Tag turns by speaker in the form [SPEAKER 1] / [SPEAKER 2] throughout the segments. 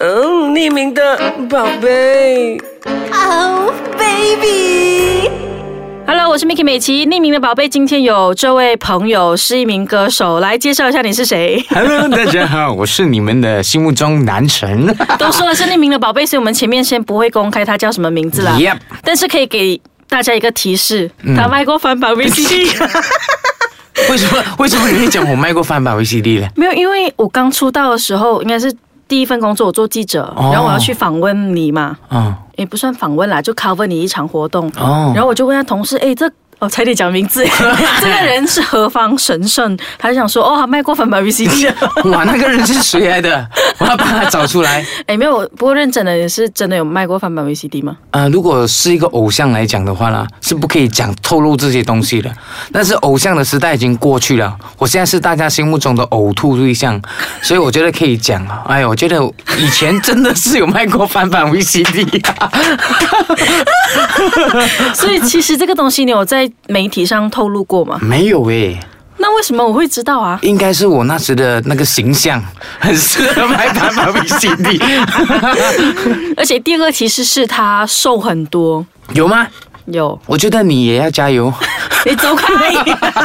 [SPEAKER 1] 嗯，匿名的宝贝。
[SPEAKER 2] Oh baby，
[SPEAKER 3] Hello，我是 Miki 美琪，匿名的宝贝。今天有这位朋友是一名歌手，来介绍一下你是 谁。
[SPEAKER 4] Hello，大家好，我是你们的心目中男 神。
[SPEAKER 3] 都说了是匿名的宝贝，所以我们前面先不会公开他叫什么名字啦。
[SPEAKER 4] Yep
[SPEAKER 3] 但是可以给大家一个提示，
[SPEAKER 4] 嗯
[SPEAKER 3] 他卖过翻 版 VCD。
[SPEAKER 4] 为什么为什么你会讲我卖过翻版 VCD 呢？
[SPEAKER 3] 没有，因为我刚出道的时候，应该是第一份工作，我做记者，
[SPEAKER 4] 哦
[SPEAKER 3] 然后我要去访问你嘛，
[SPEAKER 4] 哦
[SPEAKER 3] 也不算访问啦，就 cover 你一场活动。
[SPEAKER 4] 哦
[SPEAKER 3] 然后我就问他同事，哎，这。哦，差点讲名 字，这个人是何方神圣？他就想说，哦，他卖过翻版 VCD 的。
[SPEAKER 4] 哇，那个人是谁来的？我要把他找出 来。
[SPEAKER 3] 哎，没有，我不过认真的，你是真的有卖过翻版 VCD 吗？
[SPEAKER 4] 呃，如果是一个偶像来讲的话呢，是不可以讲透露这些东西的。但是偶像的时代已经过去了，我现在是大家心目中的呕吐对 象，所以我觉得可以讲啊。哎呦，我觉得以前真的是有卖过翻版 VCD，、
[SPEAKER 3] 所以其实这个东西你有在媒体上透露过吗？
[SPEAKER 4] 没有欸诶、
[SPEAKER 3] 那为什么我会知道啊？
[SPEAKER 4] 应该是我那时的那个形象很适合卖翻版 VCD，
[SPEAKER 3] 而且第二个提示是他瘦很多，
[SPEAKER 4] 有吗？
[SPEAKER 3] 有
[SPEAKER 4] 我觉得你也要加油。
[SPEAKER 3] 你走开，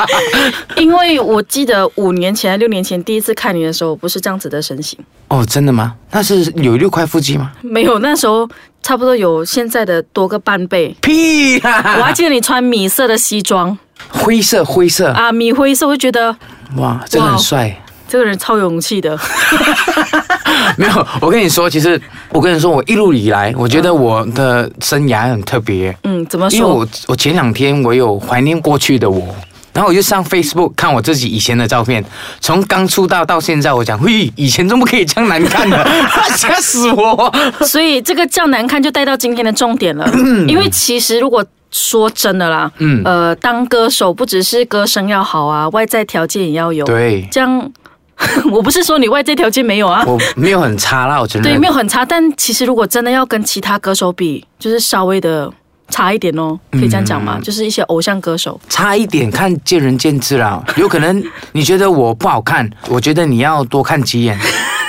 [SPEAKER 3] 因为我记得五年前、六年前第一次看你的时候，我不是这样子的身形，
[SPEAKER 4] 哦，真的吗？那是有六块腹肌吗？
[SPEAKER 3] 没有，那时候差不多有现在的多个半倍。
[SPEAKER 4] 屁啊
[SPEAKER 3] 我还
[SPEAKER 4] 啦！
[SPEAKER 3] 记得你穿米色的西装
[SPEAKER 4] 灰色，灰色，
[SPEAKER 3] 啊，米灰色，我就觉得
[SPEAKER 4] 哇，哦真的很帅。
[SPEAKER 3] 这个人超有勇气的。
[SPEAKER 4] 没有，我跟你说，其实我跟你说，我一路以来，我觉得我的生涯很特别，
[SPEAKER 3] 嗯，怎么
[SPEAKER 4] 因为
[SPEAKER 3] 说？
[SPEAKER 4] 我我前两天我有怀念过去的我。然后我就上 Facebook 看我自己以前的照片，从刚出道到现在，我讲，嘿，以前怎么可以这样难看的， 吓死我！
[SPEAKER 3] 所以这个较难看就带到今天的重点了，
[SPEAKER 4] 嗯
[SPEAKER 3] 因为其实如果说真的啦，嗯，呃，当歌手不只是歌声要好啊，外在条件也要有。，
[SPEAKER 4] 对，
[SPEAKER 3] 这样 我不是说你外在条件没有啊，
[SPEAKER 4] 我没有很差啦，我承认。
[SPEAKER 3] 对，没有很差，但其实如果真的要跟其他歌手比，就是稍微的差一点哦，
[SPEAKER 4] 嗯
[SPEAKER 3] 可以这样讲吗？就是一些偶像歌手，
[SPEAKER 4] 差一点看见仁见智啦，有可能你觉得我不好看，我觉得你要多看几眼，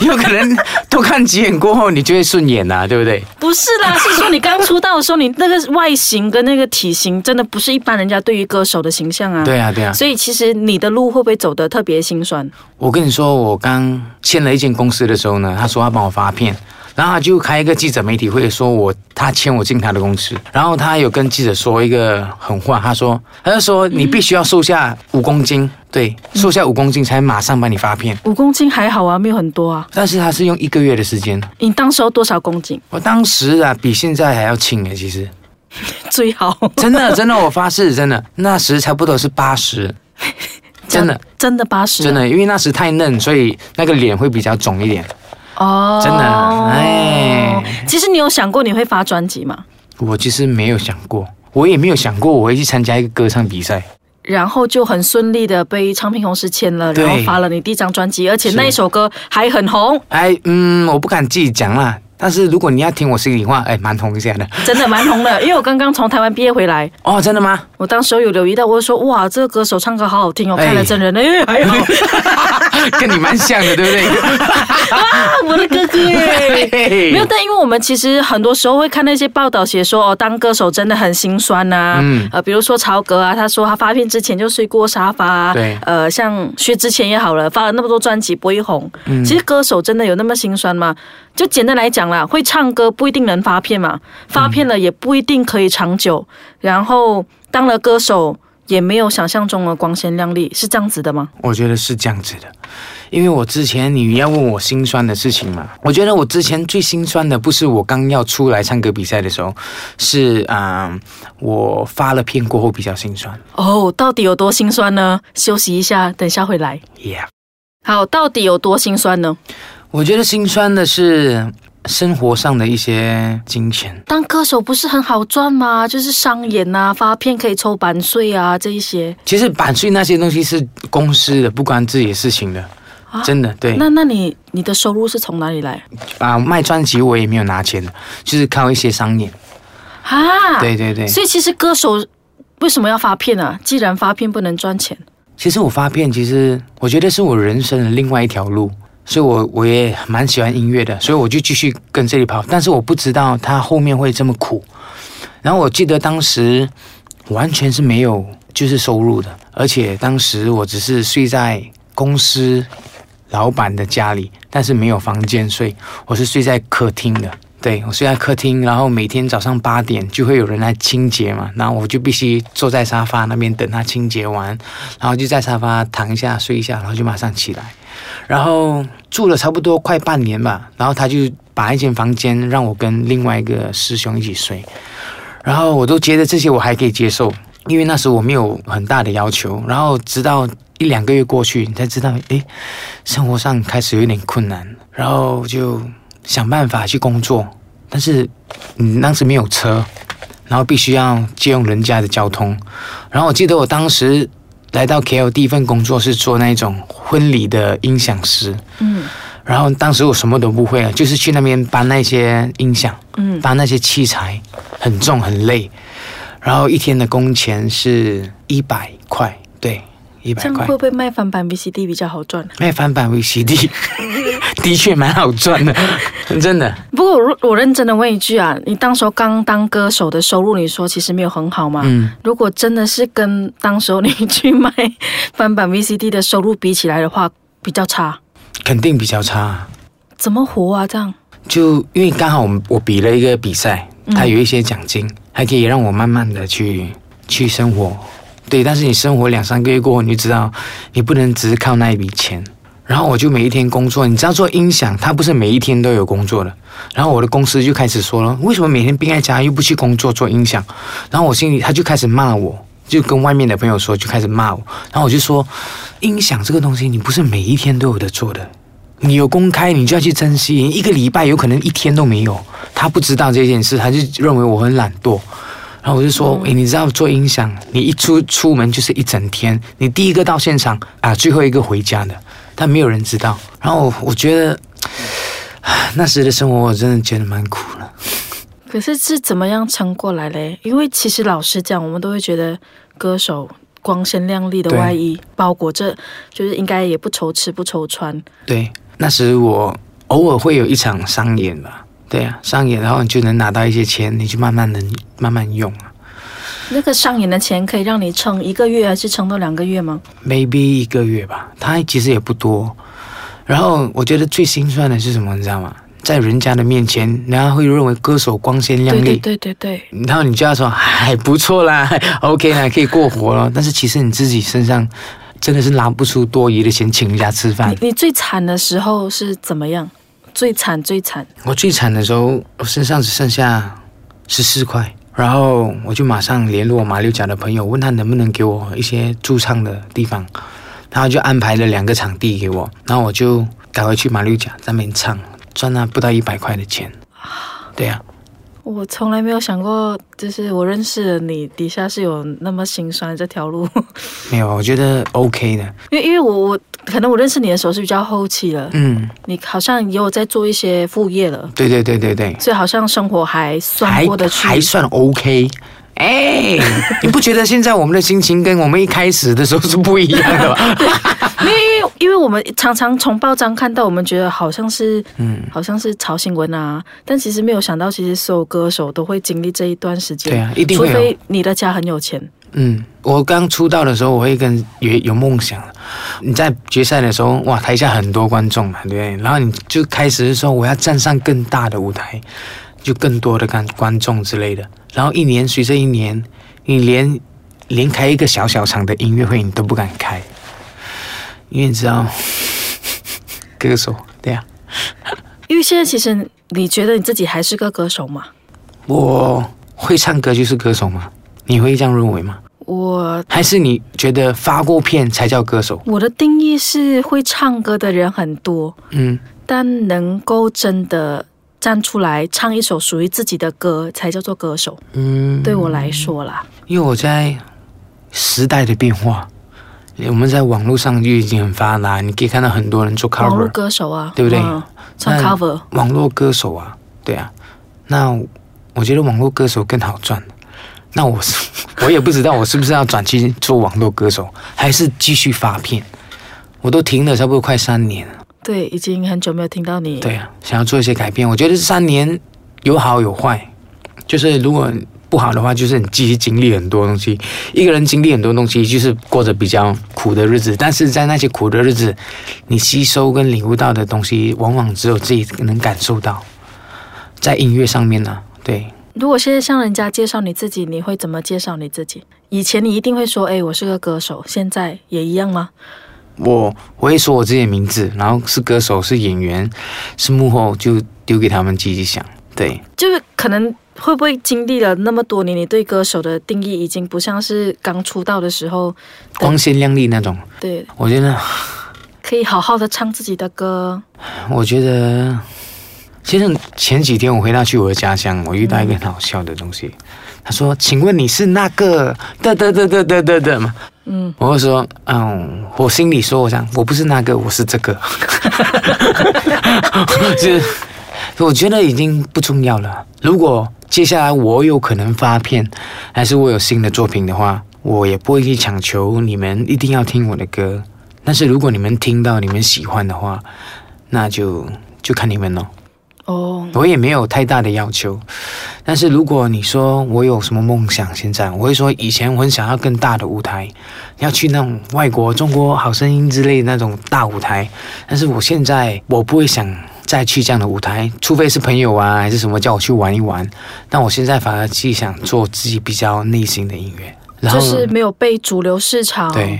[SPEAKER 4] 有可能多看几眼过后你就会顺眼啦、对不对？
[SPEAKER 3] 不是啦，是说你刚出道的时候，你那个外形跟那个体型，真的不是一般人家对于歌手的形象啊。
[SPEAKER 4] 对啊对啊
[SPEAKER 3] 所以其实你的路会不会走得特别心酸？
[SPEAKER 4] 我跟你说，我刚签了一间公司的时候呢，他说要帮我发片，然后他就开一个记者媒体会，说我他签我进他的公司，然后他有跟记者说一个狠话，他说他就说你必须要瘦下五公斤，对，瘦下五公斤才马上帮你发片，
[SPEAKER 3] 五公斤还好啊，没有很多啊。
[SPEAKER 4] 但是他是用一个月的时间，
[SPEAKER 3] 你当时候多少公斤
[SPEAKER 4] 我当时啊比现在还要轻诶，其实。
[SPEAKER 3] 最好？
[SPEAKER 4] 真的真的，我发誓，真的那时差不多是八十， 真的
[SPEAKER 3] 真的八十？啊
[SPEAKER 4] 真的，因为那时太嫩，所以那个脸会比较肿一点。
[SPEAKER 3] 哦，
[SPEAKER 4] 真的哎。
[SPEAKER 3] 其实你有想过你会发专辑吗？
[SPEAKER 4] 我其实没有想过，我也没有想过我会去参加一个歌唱比赛。
[SPEAKER 3] 然后就很顺利的被唱片公司签了，
[SPEAKER 4] 对
[SPEAKER 3] 然后发了你第一张专辑，而且那一首歌还很红，
[SPEAKER 4] 哎，嗯，我不敢自己讲啦。但是如果你要听我心里话，哎，蛮红一下的。
[SPEAKER 3] 真的蛮红 的。因为我刚刚从台湾毕业回来，
[SPEAKER 4] 哦，真的吗？
[SPEAKER 3] 我当时候有留意到，我就说哇，这个歌手唱歌好好听哦，
[SPEAKER 4] 哎
[SPEAKER 3] 看了真人，哎，还 好
[SPEAKER 4] 跟你蛮像的，对不对？
[SPEAKER 3] 啊，我的哥哎哥耶。
[SPEAKER 4] 嘿
[SPEAKER 3] 没有，但因为我们其实很多时候会看那些报道写说哦，当歌手真的很心酸呐、
[SPEAKER 4] 嗯
[SPEAKER 3] 呃，比如说曹格啊，他说他发片之前就睡过沙发、啊。
[SPEAKER 4] 对
[SPEAKER 3] 呃，像薛之谦也好了，发了那么多专辑不会红。
[SPEAKER 4] 嗯
[SPEAKER 3] 其实歌手真的有那么心酸吗？就简单来讲啦，会唱歌不一定能发片嘛，发片了也不一定可以长久。然后当了歌手。也没有想象中的光鲜亮丽，是这样子的吗？
[SPEAKER 4] 我觉得是这样子的，因为我之前你要问我心酸的事情嘛，我觉得我之前最心酸的不是我刚要出来唱歌比赛的时候，是啊、嗯我发了片过后比较心酸。
[SPEAKER 3] 哦，到底有多心酸呢？休息一下，等一下回来。
[SPEAKER 4] Yeah，
[SPEAKER 3] 好，到底有多心酸呢？
[SPEAKER 4] 我觉得心酸的是生活上的一些金钱。
[SPEAKER 3] 当歌手不是很好赚吗？就是商演啊，发片可以抽版税啊，这一些。
[SPEAKER 4] 其实版税那些东西是公司的，不关自己的事情的，真的对。
[SPEAKER 3] 那那你你的收入是从哪里来
[SPEAKER 4] 啊、卖专辑我也没有拿钱的，就是靠一些商演。
[SPEAKER 3] 啊？
[SPEAKER 4] 对对对。
[SPEAKER 3] 所以其实歌手为什么要发片啊？既然发片不能赚钱，
[SPEAKER 4] 其实我发片，其实我觉得是我人生的另外一条路，所以我我也蛮喜欢音乐的，所以我就继续跟这里跑。但是我不知道他后面会这么苦。然后我记得当时完全是没有就是收入的，而且当时我只是睡在公司老板的家里，但是没有房间睡，我是睡在客厅的。对我睡在客厅，然后每天早上八点就会有人来清洁嘛，然后我就必须坐在沙发那边等他清洁完，然后就在沙发躺一下睡一下，然后就马上起来。然后住了差不多快半年吧，然后他就把一间房间让我跟另外一个师兄一起睡，然后我都觉得这些我还可以接受，因为那时候我没有很大的要求。然后直到一两个月过去，你才知道，诶，生活上开始有点困难，然后就想办法去工作，但是你当时没有车，然后必须要借用人家的交通。然后我记得我当时来到 KL 第一份工作是做那种婚礼的音响师，
[SPEAKER 3] 嗯
[SPEAKER 4] 然后当时我什么都不会啊，就是去那边搬那些音响，
[SPEAKER 3] 嗯
[SPEAKER 4] 搬那些器材，很重很累，然后一天的工钱是一百块，对，一百
[SPEAKER 3] 这样
[SPEAKER 4] 块
[SPEAKER 3] 会。不会卖翻版 VCD 比较好赚？
[SPEAKER 4] 卖哎翻版 VCD 的确蛮好赚的，真的。
[SPEAKER 3] 不过我如我认真的问一句啊，你当时候刚当歌手的收入，你说其实没有很好嘛？
[SPEAKER 4] 嗯，
[SPEAKER 3] 如果真的是跟当时候你去卖翻版 VCD 的收入比起来的话，比较差，
[SPEAKER 4] 肯定比较差啊、
[SPEAKER 3] 怎么活啊？这样，
[SPEAKER 4] 就因为刚好我们我比了一个比赛，它有一些奖金，还可以让我慢慢的去去生活。对，但是你生活两三个月过后，你就知道你不能只是靠那一笔钱。然后我就每一天工作，你知道做音响，它不是每一天都有工作的。然后我的公司就开始说了，为什么每天病在家又不去工作做音响？然后我心里他就开始骂我，就跟外面的朋友说，就开始骂我。然后我就说，音响这个东西你不是每一天都有的做的，你有公开，你就要去珍惜。一个礼拜有可能一天都没有，他不知道这件事，他就认为我很懒惰。然后我就说，诶，你知道做音响，你一出出门就是一整天，你第一个到现场啊，最后一个回家的，但没有人知道。然后我我觉得，唉那时的生活我真的觉得蛮苦了。
[SPEAKER 3] 可是是怎么样撑过来嘞？因为其实老实讲，我们都会觉得歌手光鲜亮丽的
[SPEAKER 4] 对
[SPEAKER 3] 外衣包裹着，就是应该也不愁吃不愁穿。
[SPEAKER 4] 对，那时我偶尔会有一场商演吧，对啊，商演，然后你就能拿到一些钱，你就慢慢能慢慢用啊
[SPEAKER 3] 那个上演的钱可以让你撑一个月，还是撑到两个月吗？
[SPEAKER 4] ，maybe 一个月吧，它其实也不多。然后我觉得最心酸的是什么，你知道吗？在人家的面前，人家会认为歌手光鲜亮
[SPEAKER 3] 对
[SPEAKER 4] 丽，
[SPEAKER 3] 对对对对。
[SPEAKER 4] 然后你就要说哎还不错啦，OK 啦，可以过活了。但是其实你自己身上真的是拿不出多余的钱请人家吃饭。
[SPEAKER 3] 你你最惨的时候是怎么样？最惨最惨，
[SPEAKER 4] 我最惨的时候，我身上只剩下十四块，然后我就马上联络马六甲的朋友，问他能不能给我一些驻唱的地方，然后就安排了两个场地给我，然后我就赶回去马六甲在那边唱，赚了不到一百块的钱。对啊呀、
[SPEAKER 3] 我从来没有想过，就是我认识的你底下是有那么心酸这条路，
[SPEAKER 4] 没有，我觉得 OK 的。
[SPEAKER 3] 因为因为我我可能我认识你的时候是比较后期了，
[SPEAKER 4] 嗯，
[SPEAKER 3] 你好像也有在做一些副业了，
[SPEAKER 4] 对对对对对。
[SPEAKER 3] 所以好像生活还算
[SPEAKER 4] 还
[SPEAKER 3] 过得去。
[SPEAKER 4] 还算 OK。哎、你不觉得现在我们的心情跟我们一开始的时候是不一样的吗？
[SPEAKER 3] 因为因为因为我们常常从报章看到，我们觉得好像是嗯，好像是炒新闻啊，但其实没有想到，其实所有歌手都会经历这一段时间，
[SPEAKER 4] 对啊一定会有
[SPEAKER 3] 除非你的家很有钱。
[SPEAKER 4] 嗯，我刚出道的时候，我会跟有有梦想。你在决赛的时候，哇，台下很多观众嘛，对不对？然后你就开始说我要站上更大的舞台，就更多的观观众之类的。然后一年随着一年，你连连开一个小小场的音乐会你都不敢开，因为你知道， 歌手对啊呀、
[SPEAKER 3] 因为现在其实你觉得你自己还是个歌手嘛？
[SPEAKER 4] 我会唱歌就是歌手吗？你会这样认为吗？
[SPEAKER 3] 我
[SPEAKER 4] 还是你觉得发过片才叫歌手？
[SPEAKER 3] 我的定义是会唱歌的人很多，
[SPEAKER 4] 嗯，
[SPEAKER 3] 但能够真的站出来唱一首属于自己的歌才叫做歌手。
[SPEAKER 4] 嗯，
[SPEAKER 3] 对我来说啦，
[SPEAKER 4] 因为我在时代的变化，我们在网络上就已经很发达，你可以看到很多人做
[SPEAKER 3] 网络
[SPEAKER 4] cover，
[SPEAKER 3] 歌手啊，
[SPEAKER 4] 对不对
[SPEAKER 3] 嗯唱
[SPEAKER 4] 那
[SPEAKER 3] cover，
[SPEAKER 4] 网络歌手啊，对啊。那我觉得网络歌手更好赚。那我是 我也不知道我是不是要转去做网络歌手，还是继续发片，我都停了差不多快三年了。
[SPEAKER 3] 对，已经很久没有听到你。
[SPEAKER 4] 对啊，想要做一些改变。我觉得三年有好有坏，就是如果不好的话，就是你自己经历很多东西。一个人经历很多东西，就是过着比较苦的日子。但是在那些苦的日子，你吸收跟领悟到的东西，往往只有自己能感受到。在音乐上面呢、对，
[SPEAKER 3] 如果现在向人家介绍你自己，你会怎么介绍你自己？以前你一定会说，哎，我是个歌手，现在也一样吗？
[SPEAKER 4] 我我会说我自己的名字，然后是歌手，是演员，是幕后，就丢给他们自己想。对，
[SPEAKER 3] 就是可能会不会经历了那么多年，你对歌手的定义已经不像是刚出道的时候，
[SPEAKER 4] 光鲜亮丽那种，
[SPEAKER 3] 对，
[SPEAKER 4] 我觉得
[SPEAKER 3] 可以好好的唱自己的歌。
[SPEAKER 4] 我觉得，其实前几天我回到去我的家乡，我遇到一个很好笑的东西。他说：“请问你是那个的的的的的的的吗？”嗯，我就说：“嗯，我心里说，我想我不是那个，我是这个。 就是”我觉得已经不重要了。如果接下来我有可能发片，还是我有新的作品的话，我也不会去强求你们一定要听我的歌。但是如果你们听到你们喜欢的话，那就就看你们咯。
[SPEAKER 3] 哦，
[SPEAKER 4] 我也没有太大的要求，但是如果你说我有什么梦想，现在我会说以前我很想要更大的舞台，要去那种外国、中国好声音之类的那种大舞台，但是我现在我不会想再去这样的舞台，除非是朋友啊还是什么叫我去玩一玩，但我现在反而自己想做自己比较内心的音乐，然后、
[SPEAKER 3] 就是嗯没有被主流市场
[SPEAKER 4] 对。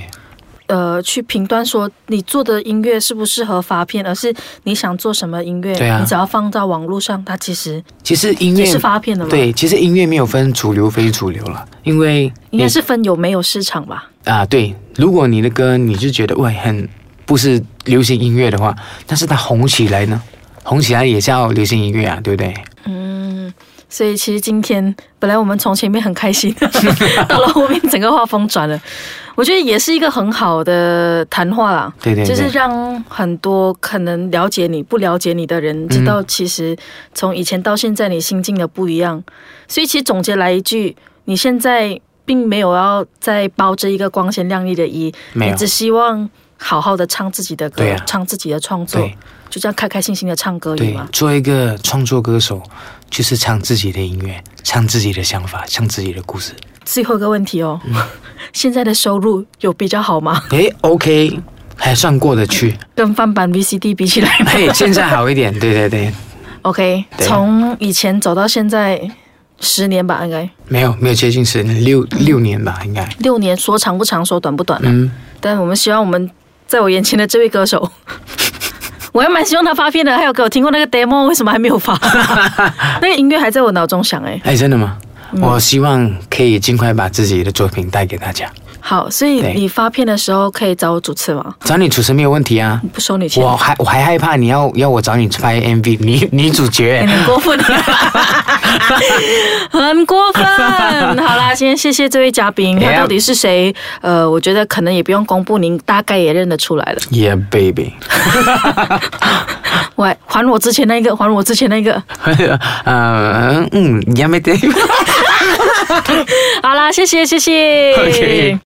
[SPEAKER 3] 呃去评断说你做的音乐适不适合发片，而是你想做什么音乐，
[SPEAKER 4] 对啊
[SPEAKER 3] 你只要放到网络上，它其实
[SPEAKER 4] 其实音乐
[SPEAKER 3] 也是发片的嘛。，
[SPEAKER 4] 对，其实音乐没有分主流非主流了，因为
[SPEAKER 3] 应
[SPEAKER 4] 你
[SPEAKER 3] 该是分有没有市场吧。
[SPEAKER 4] 啊，对，如果你的歌你就觉得喂很不是流行音乐的话，但是它红起来呢，红起来也叫流行音乐啊，对不对？
[SPEAKER 3] 所以其实今天本来我们从前面很开 心，到了后面整个画风转了，我觉得也是一个很好的谈话啦。
[SPEAKER 4] 对对对
[SPEAKER 3] 就是让很多可能了解你不了解你的人知
[SPEAKER 4] 嗯
[SPEAKER 3] 道，其实从以前到现在你心境的不一样。所以其实总结来一句，你现在并没有要再包着一个光鲜亮丽的衣，
[SPEAKER 4] 没有
[SPEAKER 3] 你只希望好好的唱自己的歌，
[SPEAKER 4] 对啊
[SPEAKER 3] 唱自己的创作
[SPEAKER 4] 对，
[SPEAKER 3] 就这样开开心心的唱歌而已
[SPEAKER 4] 对
[SPEAKER 3] 嘛，。
[SPEAKER 4] 做一个创作歌手就是唱自己的音乐，唱自己的想法，唱自己的故事。
[SPEAKER 3] 最后一个问题哦，
[SPEAKER 4] 嗯
[SPEAKER 3] 现在的收入有比较好吗？
[SPEAKER 4] 诶 o k 还算过得去。
[SPEAKER 3] 跟翻版 VCD 比起来
[SPEAKER 4] 嘿，现在好一点，对对对，
[SPEAKER 3] ，OK，
[SPEAKER 4] 对啊
[SPEAKER 3] 从以前走到现在十年吧，应该
[SPEAKER 4] 没有没有接近十年，六六年吧，应该。
[SPEAKER 3] 六年，说长不长，说短不短了。
[SPEAKER 4] 嗯，
[SPEAKER 3] 但我们希望我们在我眼前的这位歌手， 我还蛮希望他发片的。还有给我听过那个 demo，为什么还没有 发？那个音乐还在我脑中响哎、
[SPEAKER 4] 哎，真的吗？我希望可以尽快把自己的作品带给大家。
[SPEAKER 3] 好，所以
[SPEAKER 4] 对
[SPEAKER 3] 你发片的时候可以找我主持吗？
[SPEAKER 4] 找你主持没有问题啊，
[SPEAKER 3] 不收你钱。
[SPEAKER 4] 我还我还害怕你要要我找你拍 MV 女女主角
[SPEAKER 3] 有，点哎过 分，很过分。好啦，先谢谢这位嘉宾，他
[SPEAKER 4] Yeah
[SPEAKER 3] 到底是谁？呃，我觉得可能也不用公布，您大概也认得出来 了。
[SPEAKER 4] ，Yeah baby，
[SPEAKER 3] 喂，还我之前那个，还我之前那个。
[SPEAKER 4] 呃嗯，Yeah baby。
[SPEAKER 3] 好啦，谢谢，谢谢。
[SPEAKER 4] OK